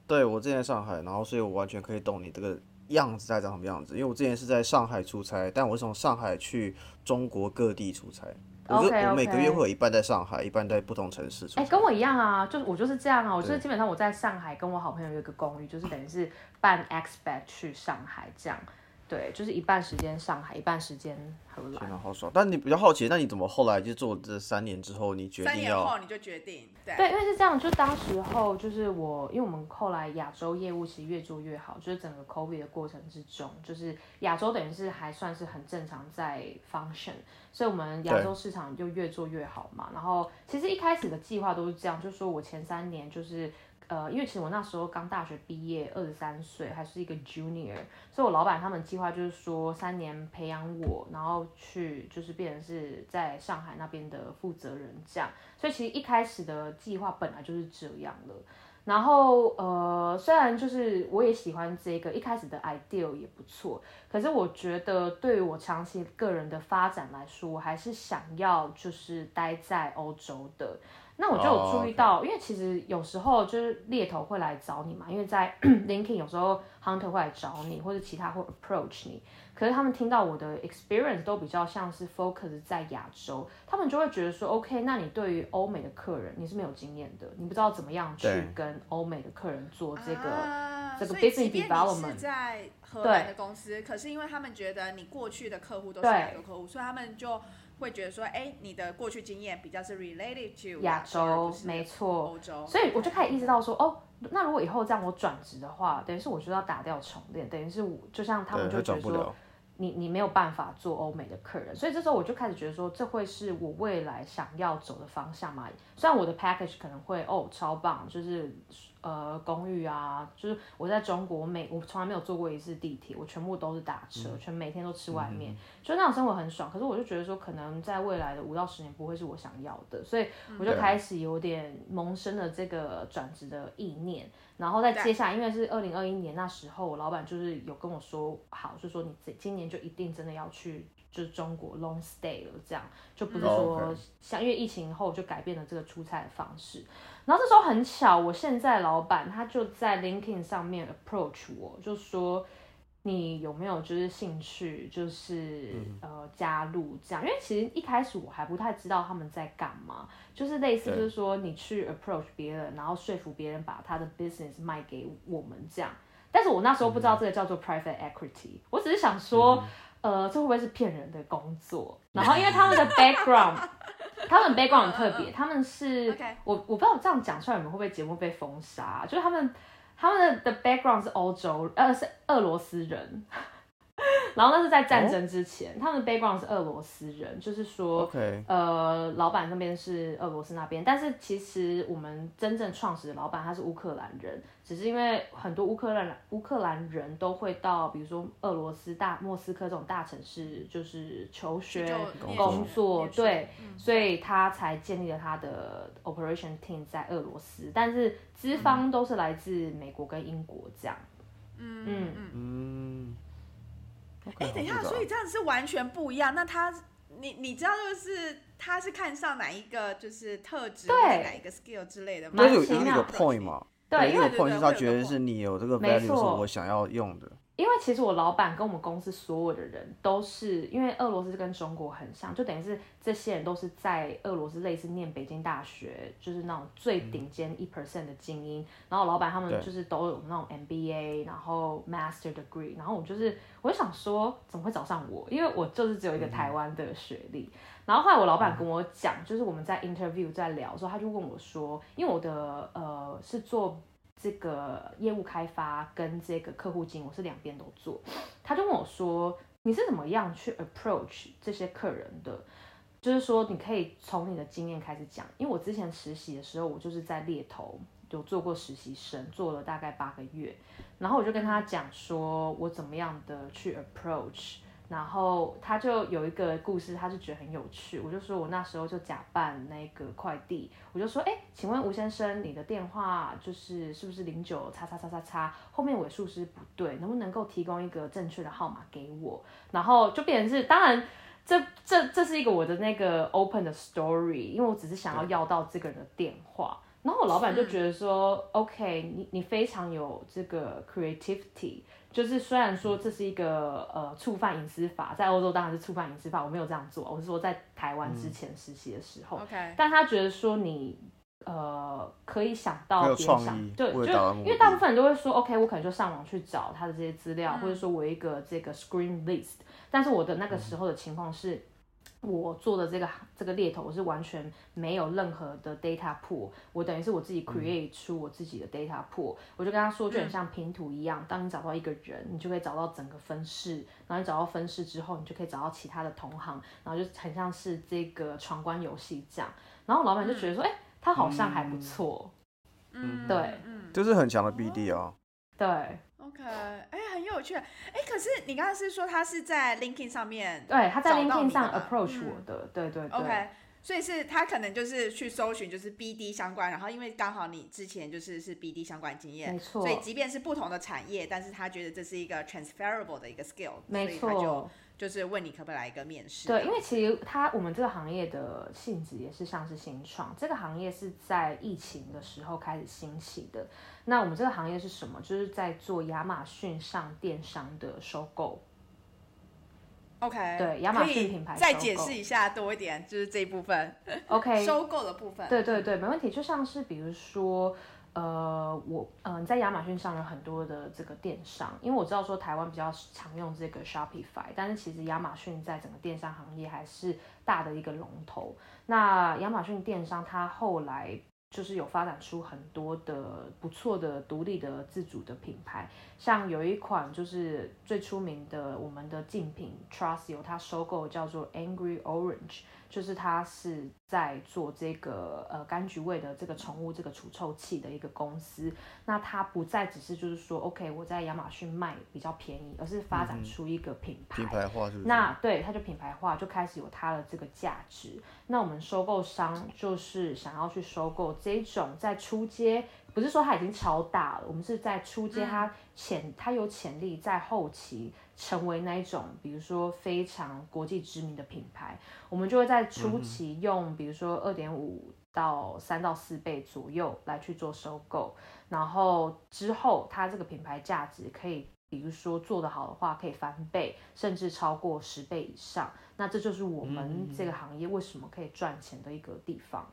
Speaker 2: 对我之前在上海，然后所以我完全可以懂你这个样子在长什么样子，因为我之前是在上海出差，但我是从上海去中国各地出差，我就
Speaker 3: OK，OK
Speaker 2: 我每个月会有一半在上海，一半在不同城市出
Speaker 3: 哎、
Speaker 2: 差。
Speaker 3: 跟我一样啊，就是我就是这样啊，我就是
Speaker 2: 对
Speaker 3: 基本上我在上海跟我好朋友有一个公寓，就是等于是办 expat 去上海这样，对，就是一半时间上海，一半时间荷
Speaker 2: 天哦
Speaker 3: 兰
Speaker 2: 哪，。好爽！但你比较好奇，那你怎么后来就做这三年之后，你决
Speaker 1: 三
Speaker 2: 定
Speaker 1: 年
Speaker 2: 要
Speaker 1: 后你就决定，对
Speaker 3: 对，因为是这样，就当时候就是我，因为我们后来亚洲业务其实越做越好，就是整个 COVID 的过程之中，就是亚洲等于是还算是很正常在 function，所以我们亚洲市场就越做越好嘛。然后其实一开始的计划都是这样，就说我前三年就是。呃，因为其实我那时候刚大学毕业，二十三岁，还是一个 junior，所以我老板他们计划就是说三年培养我，然后去就是变成是在上海那边的负责人这样。所以其实一开始的计划本来就是这样了。然后呃，虽然就是我也喜欢这个，一开始的 idea 也不错，可是我觉得对于我长期个人的发展来说，我还是想要就是待在欧洲的。那我就有注意到因为其实有时候就是猎头会来找你嘛，因为在 LinkedIn 有时候 hunter 会来找你，或者其他会 approach 你。可是他们听到我的 experience 都比较像是 focus 在亚洲，他们就会觉得说，OK，那你对于欧美的客人你是没有经验的，你不知道怎么样去
Speaker 2: 对
Speaker 3: 跟欧美的客人做这个。
Speaker 1: 啊
Speaker 3: 这个
Speaker 1: 所以
Speaker 3: business
Speaker 1: 即便你是
Speaker 3: development
Speaker 1: 在荷兰的公司，可是因为他们觉得你过去的客户都是
Speaker 3: 对
Speaker 1: 亚洲客户，所以他们就会觉得说，哎，你的过去经验比较是 related to
Speaker 3: 亚
Speaker 1: 洲，而
Speaker 3: 洲
Speaker 1: 不，是
Speaker 3: 没错。
Speaker 1: 欧洲，
Speaker 3: 所以我就开始意识到说，哦，那如果以后这样我转职的话，等于是我就要打掉重练，等于是我就像他
Speaker 2: 对，
Speaker 3: 们
Speaker 2: 会
Speaker 3: 就
Speaker 2: 转
Speaker 3: 觉得
Speaker 2: 不
Speaker 3: 说，
Speaker 2: 了。
Speaker 3: 你你没有办法做欧美的客人，所以这时候我就开始觉得说，这会是我未来想要走的方向嘛？虽然我的 package 可能会哦超棒，就是呃公寓啊，就是我在中国每我从来没有坐过一次地铁，我全部都是打车，全每天都吃外面，就那种生活很爽。可是我就觉得说，可能在未来的五到十年不会是我想要的，所以我就
Speaker 2: 对
Speaker 3: 开始有点萌生了这个转职的意念。然后再接下来，因为是二零二一年那时候，我老板就是有跟我说，好，就说你这今年就一定真的要去，就是中国 long stay 了，这样就不是
Speaker 2: 嗯
Speaker 3: 说
Speaker 2: OK
Speaker 3: 像因为疫情后就改变了这个出差的方式。然后这时候很巧，我现在老板他就在 LinkedIn 上面 approach 我，就说你有没有就是兴趣，就是、
Speaker 2: 嗯
Speaker 3: 呃加入这样？因为其实一开始我还不太知道他们在干嘛，就是类似就
Speaker 2: 对
Speaker 3: 是说你去 approach 别人，然后说服别人把他的 business 卖给我们这样。但是我那时候不知道这个叫做 private equity，、我只是想说，呃，这会不会是骗人的工作？然后因为他们的 background，他们 background 很特别，他们是
Speaker 1: OK
Speaker 3: 我我不知道我这样讲出来你们会不会节目被封杀啊、就是他们他们的的 background 是欧洲，呃是俄罗斯人， 然后那是在战争之前，他们的 background 是俄罗斯人，就是说
Speaker 2: OK，
Speaker 3: 呃，老板那边是俄罗斯那边，但是其实我们真正创始的老板他是乌克兰人，只是因为很多乌克兰乌克兰人都会到，比如说俄罗斯大莫斯科这种大城市，就是求学、
Speaker 1: 就念书
Speaker 3: 工作，
Speaker 1: 念书嗯
Speaker 3: 对，所以他才建立了他的 operation team 在俄罗斯，但是资方都是来自美国跟英国这样。
Speaker 1: 嗯
Speaker 3: 嗯
Speaker 1: 嗯。
Speaker 2: 嗯，
Speaker 1: 哎、等一下，所以这样子是完全不一样。那他，你你知道就是他是看上哪一个就是特质，
Speaker 3: 对
Speaker 1: 或者哪一个 skill 之类的吗？
Speaker 2: 但是有
Speaker 3: 蛮
Speaker 2: 一定
Speaker 3: 奇
Speaker 2: 有
Speaker 3: 妙
Speaker 2: point 嘛？
Speaker 3: 对，
Speaker 2: 一
Speaker 3: 因
Speaker 2: 定
Speaker 3: 为
Speaker 1: 对
Speaker 2: 有
Speaker 1: 对
Speaker 2: point
Speaker 1: 对
Speaker 2: 是他
Speaker 1: 会有
Speaker 2: 觉
Speaker 1: 个
Speaker 2: 得是你有这个
Speaker 3: 没
Speaker 2: value 是
Speaker 3: 错
Speaker 2: 我想要用的。
Speaker 3: 因为其实我老板跟我们公司所有的人都是，因为俄罗斯跟中国很像，就等于是这些人都是在俄罗斯类似念北京大学，就是那种最顶尖一 percent 的精英。然后老板他们
Speaker 2: 对
Speaker 3: 就是都有那种 MBA，然后 Master degree，然后我就是我就想说怎么会找上我？因为我就是只有一个台湾的学历。然后后来我老板跟我讲，就是我们在 interview 在聊的时候，他就问我说，因为我的呃是做这个业务开发跟这个客户经营，我是两边都做。 他就问我说：“你是怎么样去 approach 这些客人的？”就是说，你可以从你的经验开始讲，因为我之前实习的时候，我就是在猎头有做过实习生，做了大概八个月，然后我就跟他讲说我怎么样的去 approach，然后他就有一个故事，他就觉得很有趣，我就说我那时候就假扮那个快递，我就说，哎，请问吴先生，你的电话就是是不是零九叉叉叉叉叉，后面尾数是不是不对，能不能够提供一个正确的号码给我？然后就变成是，当然。这这这是一个我的那个 open 的 story，因为我只是想要要到这个人的电话，然后我老板就觉得说，OK，你你非常有这个 creativity，就是虽然说这是一个呃触犯隐私法，在欧洲当然是触犯隐私法，我没有这样做，我是说在台湾之前实习的时候，
Speaker 1: OK，
Speaker 3: 但他觉得说你呃可以想到
Speaker 2: 很有
Speaker 3: 别人
Speaker 2: 创
Speaker 3: 想
Speaker 2: 意，
Speaker 3: 对，
Speaker 2: 为了
Speaker 3: 就
Speaker 2: 达到目
Speaker 3: 因为
Speaker 2: 的
Speaker 3: 大部分人都会说 OK，我可能就上网去找他的这些资料，或者说我有一个这个 screen list，但是我的那个时候的情况是。我做的这个这个猎头，我是完全没有任何的 data pool，我等于是我自己 create 出我自己的 data pool，、我就跟他说，就很像拼图一样，当你找到一个人，你就可以找到整个分室，然后你找到分室之后，你就可以找到其他的同行，然后就很像是这个闯关游戏这样。然后老板就觉得说，哎、他好像还不错，
Speaker 1: 嗯，
Speaker 3: 对
Speaker 1: 嗯
Speaker 2: 就是很强的 BD 啊。
Speaker 3: 对
Speaker 1: ，OK，哎、很有趣，哎、可是你刚刚是说他是在 LinkedIn 上面
Speaker 3: 对，他在
Speaker 1: 找到
Speaker 3: LinkedIn
Speaker 1: 你
Speaker 3: 上
Speaker 1: 了
Speaker 3: approach
Speaker 1: 嗯
Speaker 3: 我的，对对对。
Speaker 1: ，OK，所以是他可能就是去搜寻就是 BD 相关，然后因为刚好你之前就是是 BD 相关经验，
Speaker 3: 没错
Speaker 1: 所以即便是不同的产业，但是他觉得这是一个 transferable 的一个 skill，
Speaker 3: 没
Speaker 1: 所以他就
Speaker 3: 错，
Speaker 1: 就是问你可不可以来一个面试，
Speaker 3: 对，因为其实他我们这个行业的性质也是像是新创，这个行业是在疫情的时候开始兴起的。那我们这个行业是什么？就是在做亚马逊上电商的收购。
Speaker 1: OK，
Speaker 3: 对亚马逊
Speaker 1: 可以
Speaker 3: 品牌
Speaker 1: 再
Speaker 3: 收
Speaker 1: 解
Speaker 3: 购
Speaker 1: 释一下多一点，就是这一部分
Speaker 3: OK，
Speaker 1: 收购的部分。
Speaker 3: 对对对，没问题。就像是比如说，呃，我嗯、呃在亚马逊上有很多的这个电商，因为我知道说台湾比较常用这个 Shopify，但是其实亚马逊在整个电商行业还是大的一个龙头。那亚马逊电商它后来就是有发展出很多的不错的独立的自主的品牌，像有一款就是最出名的我们的竞品 Trust 有它收购叫做 Angry Orange，就是它是在做这个呃柑橘味的这个宠物这个除臭器的一个公司。那它不再只是就是说 OK 我在亚马逊卖比较便宜，而是发展出一个品牌。
Speaker 2: 品牌化是不是？
Speaker 3: 那对，它就品牌化，就开始有它的这个价值。那我们收购商就是想要去收购这种在出街，不是说它已经超大了，我们是在出街，它潜它有潜力在后期成为那一种，比如说非常国际知名的品牌，我们就会在初期用，比如说二点五。到三到四倍左右来去做收购，然后之后它这个品牌价值可以比如说做得好的话，可以翻倍，甚至超过十倍以上。那这就是我
Speaker 2: 嗯
Speaker 3: 们这个行业为什么可以赚钱的一个地方。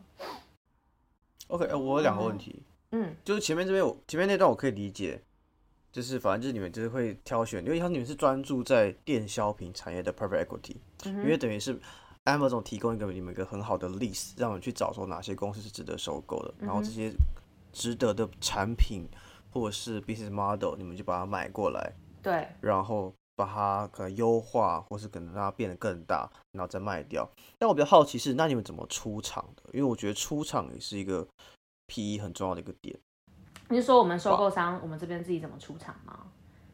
Speaker 2: OK，、呃我有两个问题。
Speaker 3: 嗯，
Speaker 2: 就是前面这边我前面那段我可以理解，就是反正就是你们就是会挑选，因为像你们是专注在电销品产业的 private equity，、因
Speaker 3: 嗯
Speaker 2: 为等于是 Amazon 提供一个你们一个很好的 list，让你去找说哪些公司是值得收购的，然后这些值得的产品或者是 business model，你们就把它买过来，
Speaker 3: 对，
Speaker 2: 然后把它可能优化，或是可能让它变得更大，然后再卖掉。但我比较好奇是，那你们怎么出场的？因为我觉得出场也是一个 PE 很重要的一个点。
Speaker 3: 你是说我们收购商，我们这边自己怎么出场吗？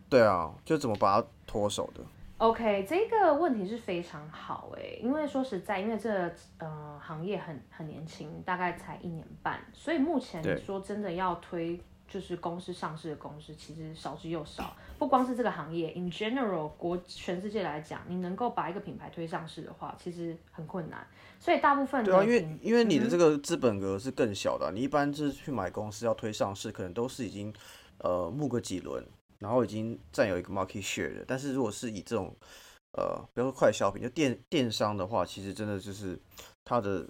Speaker 2: 对啊，就怎么把它脱手的？
Speaker 3: OK，这个问题是非常好诶、因为说实在，因为这呃行业很很年轻，大概才一年半，所以目前
Speaker 2: 对
Speaker 3: 说真的要推就是公司上市的公司，其实少之又少。不光是这个行业，in general 国全世界来讲，你能够把一个品牌推上市的话，其实很困难。所以大部分的
Speaker 2: 对啊，因为
Speaker 3: 品
Speaker 2: 因为你的这个资本额是更小的啊、你一般就是去买公司要推上市，可能都是已经呃募个几轮，然后已经占有一个 market share 的。但是如果是以这种呃，比如说快消品，就电电商的话，其实真的就是它的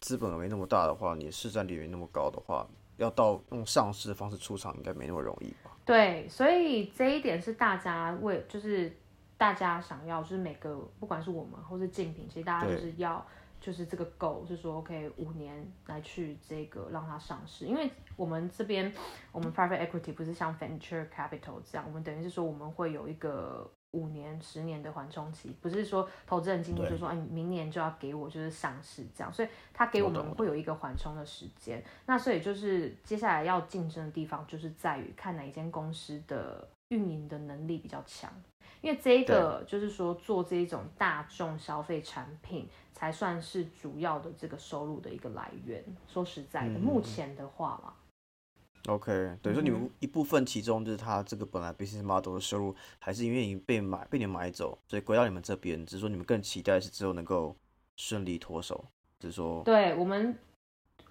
Speaker 2: 资本额没那么大的话，你的市占率没那么高的话，要到用上市的方式出场，应该没那么容易吧？
Speaker 3: 对，所以这一点是大家为，就是大家想要，就是每个不管是我们或是竞品，其实大家
Speaker 2: 对
Speaker 3: 就是要就是这个 goal 是说 OK 五年来去这个让它上市，因为我们这边我们 private equity 不是像 venture capital 这样，我们等于是说我们会有一个五年、十年的缓冲期，不是说投资人进入就说哎明年就要给我就是上市这样，所以他给我
Speaker 2: 我
Speaker 3: 们
Speaker 2: 懂我
Speaker 3: 会有一个缓冲的时间。那所以就是接下来要竞争的地方就是在于看哪一间公司的运营的能力比较强。因为这个就是说做这一种大众消费产品才算是主要的这个收入的一个来源。说实在的，
Speaker 2: 嗯
Speaker 3: 目前的话啦，
Speaker 2: OK，等于说你
Speaker 3: 嗯
Speaker 2: 们一部分其中就是他这个本来 business model 的收入，还是因为已经被买被你买走，所以归到你们这边，只是说你们更期待是之后能够顺利脱手，只是说
Speaker 3: 对我们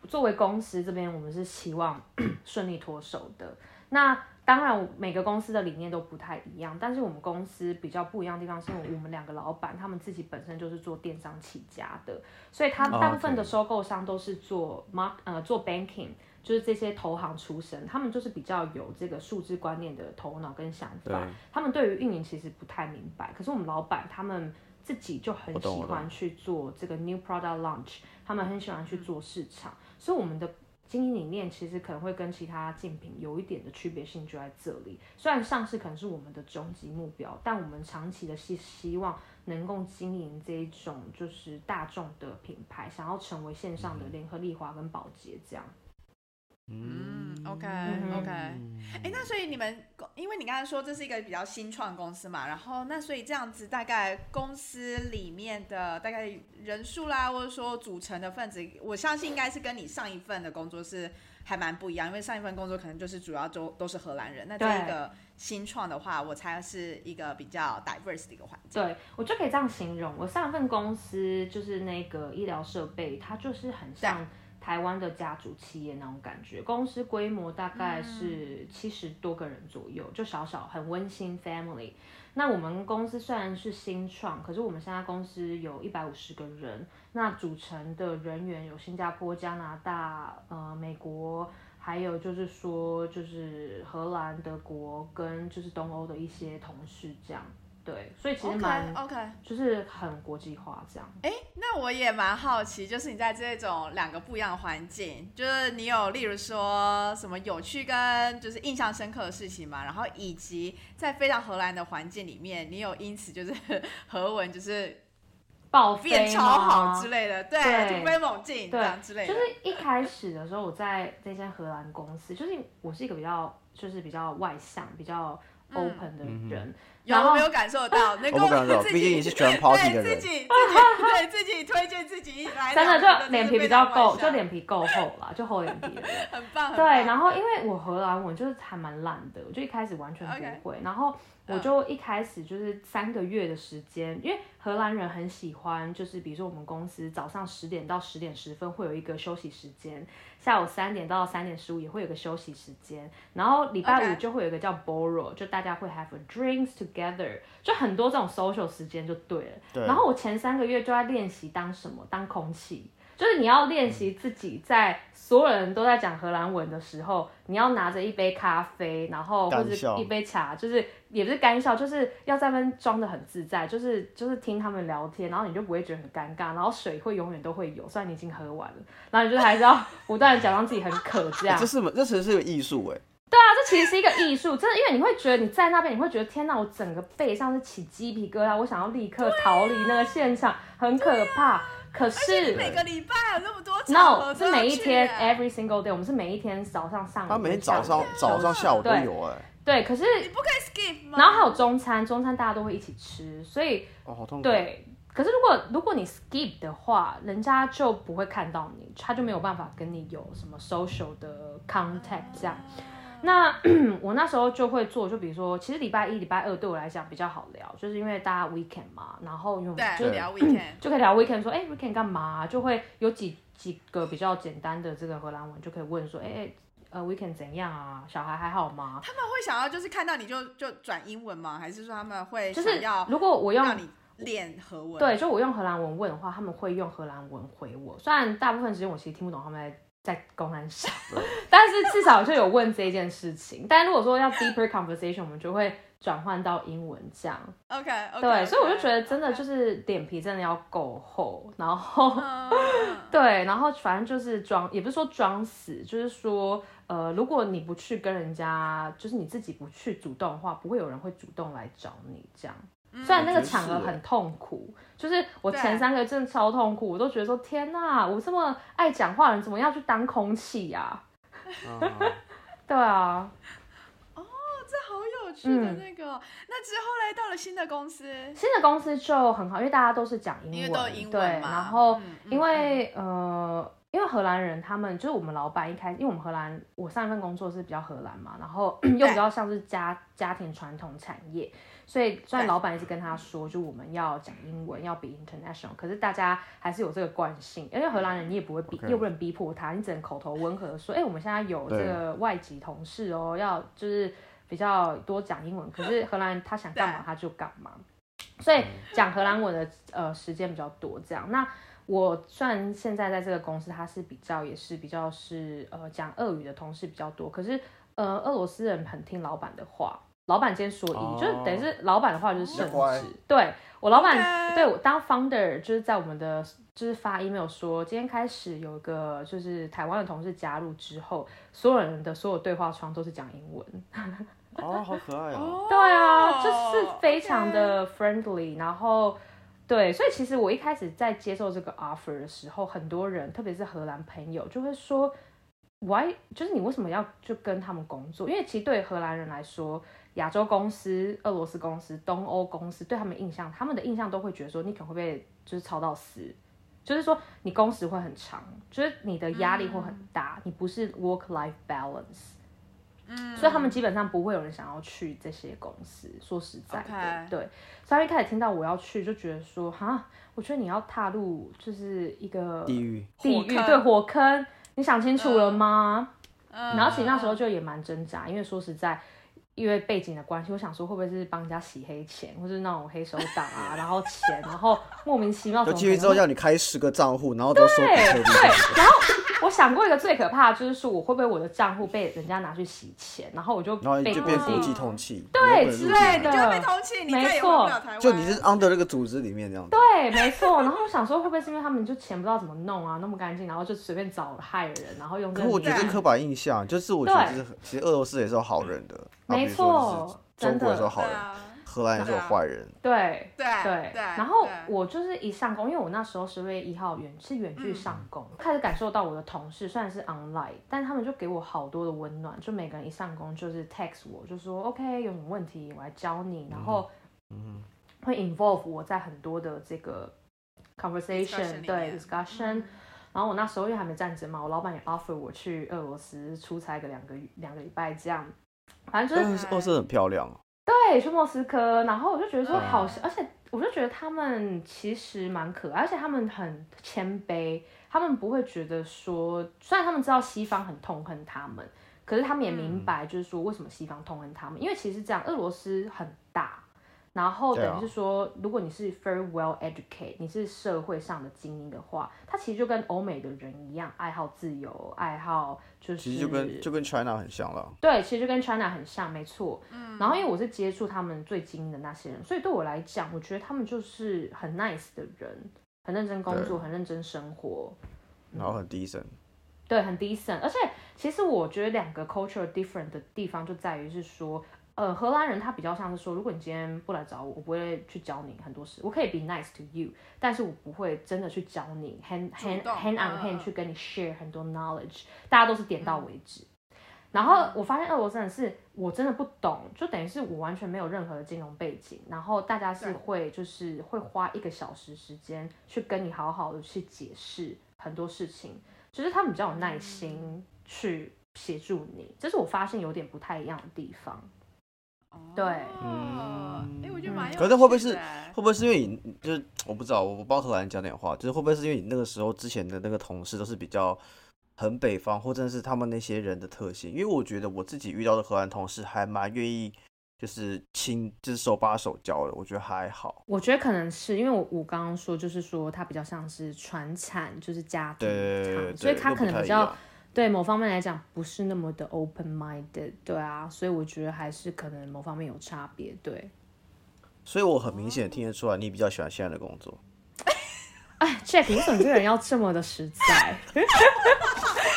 Speaker 3: 作为公司这边，我们是希望 顺利脱手的。那当然，每个公司的理念都不太一样，但是我们公司比较不一样的地方是，我们两个老板他们自己本身就是做电商起家的，所以他
Speaker 2: 哦
Speaker 3: 大部分的
Speaker 2: OK
Speaker 3: 收购商都是做 mark 呃做 banking，就是这些投行出身，他们就是比较有这个数字观念的头脑跟想
Speaker 2: 对
Speaker 3: 法，他们对于运营其实不太明白。可是我们老板他们自己就很
Speaker 2: 我懂
Speaker 3: 喜
Speaker 2: 我懂
Speaker 3: 欢去做这个 new product launch，他们很喜欢去做市场，所以我们的经营理念其实可能会跟其他竞品有一点的区别性就在这里。虽然上市可能是我们的终极目标，但我们长期的是希望能够经营这一种就是大众的品牌，想要成为线上的联合利华跟宝洁这样。
Speaker 1: 嗯，OK
Speaker 3: 嗯
Speaker 1: OK，哎、那所以你们公，因为你刚才说这是一个比较新创公司嘛，然后那所以这样子，大概公司里面的大概人数啦，或者说组成的分子，我相信应该是跟你上一份的工作是还蛮不一样，因为上一份工作可能就是主要都都是荷兰人，那这
Speaker 3: 对
Speaker 1: 一个新创的话，我猜是一个比较 diverse 的一个环境。
Speaker 3: 对我就可以这样形容，我上份公司就是那个医疗设备，它就是很像台湾的家族企业那种感觉，公司规模大概是七十多个人左右，就小小很温馨 family。那我们公司虽然是新创，可是我们现在公司有一百五十个人，那组成的人员有新加坡、加拿大、呃美国，还有就是说就是荷兰、德国跟就是东欧的一些同事这样。对，所以其实
Speaker 1: OK 哦
Speaker 3: 蛮
Speaker 1: OK，
Speaker 3: 就是很国际化这样。
Speaker 1: 哎，那我也蛮好奇，就是你在这种两个不一样的环境，就是你有例如说什么有趣跟就是印象深刻的事情嘛，然后以及在非常荷兰的环境里面，你有因此就是荷文就是
Speaker 3: 报飞
Speaker 1: 变超
Speaker 3: 吗
Speaker 1: 好之类的，对，
Speaker 3: 对
Speaker 1: 突飞猛进这
Speaker 3: 对
Speaker 1: 样之类
Speaker 3: 就
Speaker 1: 的
Speaker 3: 是，一开始的时候，我在这间荷兰公司，就是我是一个比较就是比较外向、比较
Speaker 1: 嗯
Speaker 3: open 的人，然
Speaker 1: 有
Speaker 3: 后
Speaker 1: 没有感受到？能
Speaker 2: 我
Speaker 1: 够
Speaker 2: 不敢说，
Speaker 1: 自己
Speaker 2: 毕竟 你是喜欢 party 的
Speaker 1: 对自己，
Speaker 2: 人
Speaker 1: 自己对自己推荐自己来
Speaker 3: 真
Speaker 1: 两
Speaker 3: 的
Speaker 1: 个，
Speaker 3: 就
Speaker 1: 真
Speaker 3: 脸
Speaker 1: 是
Speaker 3: 皮
Speaker 1: 非
Speaker 3: 比较
Speaker 1: 常
Speaker 3: 够，
Speaker 1: 外
Speaker 3: 就
Speaker 1: 向
Speaker 3: 脸皮够厚啦，就厚脸皮的人。
Speaker 1: 很棒， 很
Speaker 3: 对，
Speaker 1: 棒
Speaker 3: 然后因为我荷兰文就是还蛮烂的，我就一开始完全不会。然后我就一开始就是三个月的时间，因为荷兰人很喜欢，就是比如说我们公司早上十点到十点十分会有一个休息时间，下午三点到三点十五也会有个休息时间，然后礼拜
Speaker 1: OK
Speaker 3: 五就会有一个叫 borrow，就大家会 have a drinks together，就很多这种 social 时间就对了。
Speaker 2: 对
Speaker 3: 然后我前三个月就在练习当什么，当空气，就是你要练习自己在所有人都在讲荷兰文的时候，你要拿着一杯咖啡，然后或
Speaker 2: 干
Speaker 3: 者
Speaker 2: 笑
Speaker 3: 一杯茶，就是也不是干笑，就是要在那边装的很自在，就是就是听他们聊天，然后你就不会觉得很尴尬，然后水会永远都会有，虽然你已经喝完了，然后你就还是要不断的假装自己很渴这样
Speaker 2: 欸。这是这其实是个艺术哎，
Speaker 3: 对啊，这其实是一个艺术，真的，因为你会觉得你在那边，你会觉得天哪，我整个背上是起鸡皮疙瘩，我想要立刻逃离那个现场，很可怕。可是
Speaker 1: 每个礼拜有那么多场合
Speaker 3: no
Speaker 1: 都
Speaker 3: 是
Speaker 1: 要
Speaker 3: 每一
Speaker 1: 去
Speaker 3: 天
Speaker 1: 欸
Speaker 3: every single day，我们是每一天早上上午，
Speaker 2: 他每天
Speaker 3: 下
Speaker 2: 早
Speaker 3: 午
Speaker 2: 上早上下午都
Speaker 3: 对
Speaker 2: 有哎，
Speaker 3: 对，可是
Speaker 1: 你不可以 skip 吗？
Speaker 3: 然后还有中餐，中餐大家都会一起吃，所以
Speaker 2: 哦好痛苦，
Speaker 3: 对。可是如果如果你 skip 的话，人家就不会看到你，他就没有办法跟你有什么 social 的 contact 这样。那 我那时候就会做，就比如说，其实礼拜一、礼拜二对我来讲比较好聊，就是因为大家 weekend 嘛，然后因为我们
Speaker 1: 对，
Speaker 3: 就
Speaker 1: 就 聊 weekend，
Speaker 3: 就可以聊 weekend，说哎、weekend 干嘛、就会有几几个比较简单的这个荷兰文，就可以问说哎、哎呃 weekend 怎样啊？小孩还好吗？
Speaker 1: 他们会想要就是看到你就就转英文吗？还是说他们会
Speaker 3: 就
Speaker 1: 想
Speaker 3: 是
Speaker 1: 要
Speaker 3: 如果我用
Speaker 1: 让你练和文？
Speaker 3: 对，就我用荷兰文问的话，他们会用荷兰文回我。虽然大部分时间我其实听不懂他们在在公安笑，但是至少就有问这件事情。但如果说要 deeper conversation，我们就会转换到英文这样。
Speaker 1: OK，, o k
Speaker 3: 对，所以我就觉得真的就是脸皮真的要够厚，然后
Speaker 1: 嗯
Speaker 3: 对，然后反正就是装，也不是说装死，就是说呃，如果你不去跟人家，就是你自己不去主动的话，不会有人会主动来找你这样。
Speaker 1: 嗯
Speaker 3: 虽然那个场合很痛苦，就是我前三个月真的超痛苦，我都觉得说天呐，我这么爱讲话的人，怎么要去当空气呀、
Speaker 2: 嗯
Speaker 3: 对啊，
Speaker 1: 好有趣的
Speaker 3: 嗯
Speaker 1: 那个哦、那之后嘞，到了新的公司，
Speaker 3: 新的公司就很好，因为大家都是讲英文，
Speaker 1: 因为都有英
Speaker 3: 对，
Speaker 1: 文嘛，
Speaker 3: 然后
Speaker 1: 嗯
Speaker 3: 因、为、呃，因为荷兰人他们就是我们老板一开始，因为我们荷兰我上一份工作是比较荷兰嘛，然后
Speaker 1: 嗯
Speaker 3: 又比较像是家家庭传统产业，所以虽然
Speaker 1: 对
Speaker 3: 老板一直跟他说，就我们要讲英文，要比 international，可是大家还是有这个惯性，因为荷兰人你也不会逼
Speaker 2: OK
Speaker 3: 又不能逼迫他，你只能口头温和地说，哎、我们现在有这
Speaker 2: 对
Speaker 3: 个外籍同事哦，要就是比较多讲英文，可是荷兰人他想干嘛
Speaker 1: 对嗯
Speaker 3: 他就干嘛。所以讲荷兰文的呃时间比较多，这样。那我虽然现在在这个公司，它是比较也是比较是呃讲俄语的同事比较多，可是呃俄罗斯人很听老板的话，老板今天说一，
Speaker 2: 哦
Speaker 3: 就是等于是老板的话就是圣
Speaker 2: 比较乖
Speaker 3: 旨。对我老板
Speaker 1: OK
Speaker 3: 对我当 founder 就是在我们的就是发 email 说，今天开始有一个就是台湾的同事加入之后，所有人的所有对话窗都是讲英文。
Speaker 2: 哦，好可爱哦。
Speaker 1: 哦
Speaker 3: 对啊，就是非常的 friendly，、然后对，所以其实我一开始在接受这个 offer 的时候，很多人，特别是荷兰朋友，就会说，why，就是你为什么要就跟他们工作？因为其实对荷兰人来说，亚洲公司、俄罗斯公司、东欧公司对他们印象，他们的印象都会觉得说，你可能会被就是操到死。就是说，你工时会很长，就是你的压力会很大，你不是 work life balance，
Speaker 1: 嗯
Speaker 3: 所以他们基本上不会有人想要去这些公司。说实在的
Speaker 1: OK
Speaker 3: 对，所以他一开始听到我要去，就觉得说，哈，我觉得你要踏入就是一个
Speaker 2: 地狱
Speaker 3: 地
Speaker 1: 火
Speaker 3: 狱，
Speaker 1: 坑
Speaker 3: 对火坑，你想清楚了吗？
Speaker 1: 嗯
Speaker 3: 然后其实那时候就也蛮挣扎，因为说实在，因为背景的关系，我想说会不会是帮人家洗黑钱，或是那种黑手党啊， 然后钱，然后莫名其妙
Speaker 2: 就
Speaker 3: 怎么
Speaker 2: 进去
Speaker 3: 可
Speaker 2: 之
Speaker 3: 能
Speaker 2: 后
Speaker 3: 会
Speaker 2: 要你开十个账户，然后都收比特币这样子。
Speaker 3: 我想过一个最可怕的就是说，我会不会我的账户被人家拿去洗钱，然后我就
Speaker 2: 然后你
Speaker 3: 被
Speaker 2: 就变
Speaker 3: 国
Speaker 2: 国
Speaker 3: 际
Speaker 2: 际通气，
Speaker 3: 对
Speaker 2: 你又不能入境
Speaker 3: 之类
Speaker 2: 台
Speaker 1: 就
Speaker 3: 的
Speaker 1: 会被通缉，你再也回不了台湾。
Speaker 2: 就你是 under 那个组织里面这样子。
Speaker 3: 对，没错。然后我想说，会不会是因为他们就钱不知道怎么弄啊，弄不干净，然后就随便找害人，然后用这
Speaker 2: 可
Speaker 3: 个
Speaker 2: 是我
Speaker 3: 名义。
Speaker 2: 觉得这刻板印象，就是我觉
Speaker 3: 对嗯
Speaker 2: 得就是其实俄罗斯也是有好人的，啊
Speaker 3: 没
Speaker 2: 比如说
Speaker 3: 错
Speaker 2: 就是中
Speaker 3: 真的
Speaker 2: 国也是有好
Speaker 1: 对
Speaker 2: 人，
Speaker 1: 啊，
Speaker 2: 荷兰也是有坏人。
Speaker 3: 对
Speaker 1: 对
Speaker 3: 对，
Speaker 1: 对。
Speaker 3: 然后
Speaker 1: 对
Speaker 3: 我就是一上工，因为我那时候十月一号远是远
Speaker 1: 嗯
Speaker 3: 距上工，开始感受到我的同事虽然是 online，但他们就给我好多的温暖，就每个人一上工就是 text 我，就说 OK 有什么问题我来教你，然后
Speaker 2: 嗯
Speaker 3: 会 involve 我在很多的这个
Speaker 1: Discussion
Speaker 3: conversation
Speaker 1: 里
Speaker 3: 对
Speaker 1: 面嗯
Speaker 3: discussion，、然后我那时候因为还没战争嘛，我老板也 offer 我去俄罗斯出差个两个月两个礼拜这样，反正就是
Speaker 2: 但是俄罗斯很漂亮哦，
Speaker 3: 对，去莫斯科，然后我就觉得说
Speaker 1: 嗯
Speaker 3: 好像，而且我就觉得他们其实蛮可爱，而且他们很谦卑，他们不会觉得说，虽然他们知道西方很痛恨他们，可是他们也
Speaker 2: 嗯
Speaker 3: 明白，就是说为什么西方痛恨他们，因为其实这样，俄罗斯很大。然后
Speaker 2: 对啊
Speaker 3: 等于是说，如果你是 very well educated，你是社会上的精英的话，他其实就跟欧美的人一样，爱好自由，爱好就是
Speaker 2: 其实就跟就跟 China 很像了。
Speaker 3: 对，其实就跟 China 很像，没错。嗯，然后因为我是接触他们最精英的那些人，所以对我来讲，我觉得他们就是很 nice 的人，很认真工作，很认真生活，
Speaker 2: 然后很低沉，
Speaker 1: 嗯
Speaker 3: 对，很 decent。而且其实我觉得两个 culture different 的地方就在于是说，呃，荷兰人他比较像是说，如果你今天不来找我，我不会去教你很多事，我可以 be nice to you，但是我不会真的去教你 hand
Speaker 1: 主
Speaker 3: hand
Speaker 1: 动
Speaker 3: hand on
Speaker 1: 嗯
Speaker 3: hand
Speaker 1: 嗯
Speaker 3: 去跟你 share 很多 knowledge，大家都是点到为止。然后我发现俄罗斯人是我真的不懂，就等于是我完全没有任何的金融背景，然后大家是
Speaker 1: 对
Speaker 3: 会就是会花一个小时时间去跟你好好的去解释很多事情，只是他们比较有耐心去协助你，这是我发现有点不太一样的地方。对
Speaker 1: 哦哎，我觉得蛮有趣的。
Speaker 2: 可是会不会是会不会是因为你就是我不知道，我我帮荷兰人讲点话，就是会不会是因为你那个时候之前的那个同事都是比较很北方，或者是他们那些人的特性？因为我觉得我自己遇到的荷兰同事还蛮愿意，就是亲，就是手把手教的，我觉得还好。
Speaker 3: 我觉得可能是因为我我刚刚说，就是说它比较像是传产，就是家庭
Speaker 2: 对对对
Speaker 3: 厂
Speaker 2: 对，
Speaker 3: 所以
Speaker 2: 对
Speaker 3: 它
Speaker 2: 又
Speaker 3: 可
Speaker 2: 不
Speaker 3: 能
Speaker 2: 太
Speaker 3: 比
Speaker 2: 一
Speaker 3: 较
Speaker 2: 样
Speaker 3: 对某方面来讲不是那么的 open minded，对啊，所以我觉得还是可能某方面有差别，对。
Speaker 2: 所以我很明显听得出来，你比较喜欢现在的工作。
Speaker 3: 哎，Jack，你怎么这个人要这么的实在？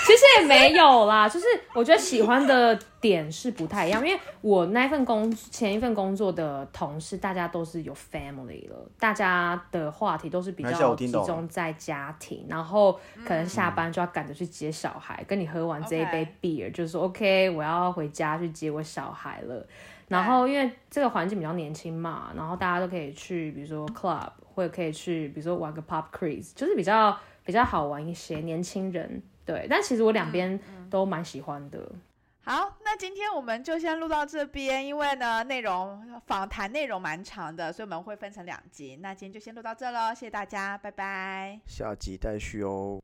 Speaker 3: 其实也没有啦，就是我觉得喜欢的点是不太一样，因为我那一份工前一份工作的同事，大家都是有 family 了，大家的话题都是比
Speaker 2: 没事
Speaker 3: 较
Speaker 2: 我
Speaker 3: 集
Speaker 2: 听懂了
Speaker 3: 中在家庭，然后可能下班就要赶着去接小孩，跟你喝完这一
Speaker 1: OK
Speaker 3: 杯 beer，就是说 OK，我要回家去接我小孩了。然后因为这个环境比较年轻嘛，然后大家都可以去，比如说 club，或者可以去，比如说玩个 pop quiz，就是比较比较好玩一些，年轻人对。但其实我两边都蛮喜欢的。
Speaker 1: 好，那今天我们就先录到这边，因为呢内容访谈内容蛮长的，所以我们会分成两集。那今天就先录到这喽，谢谢大家，拜拜。
Speaker 2: 下集待续哦。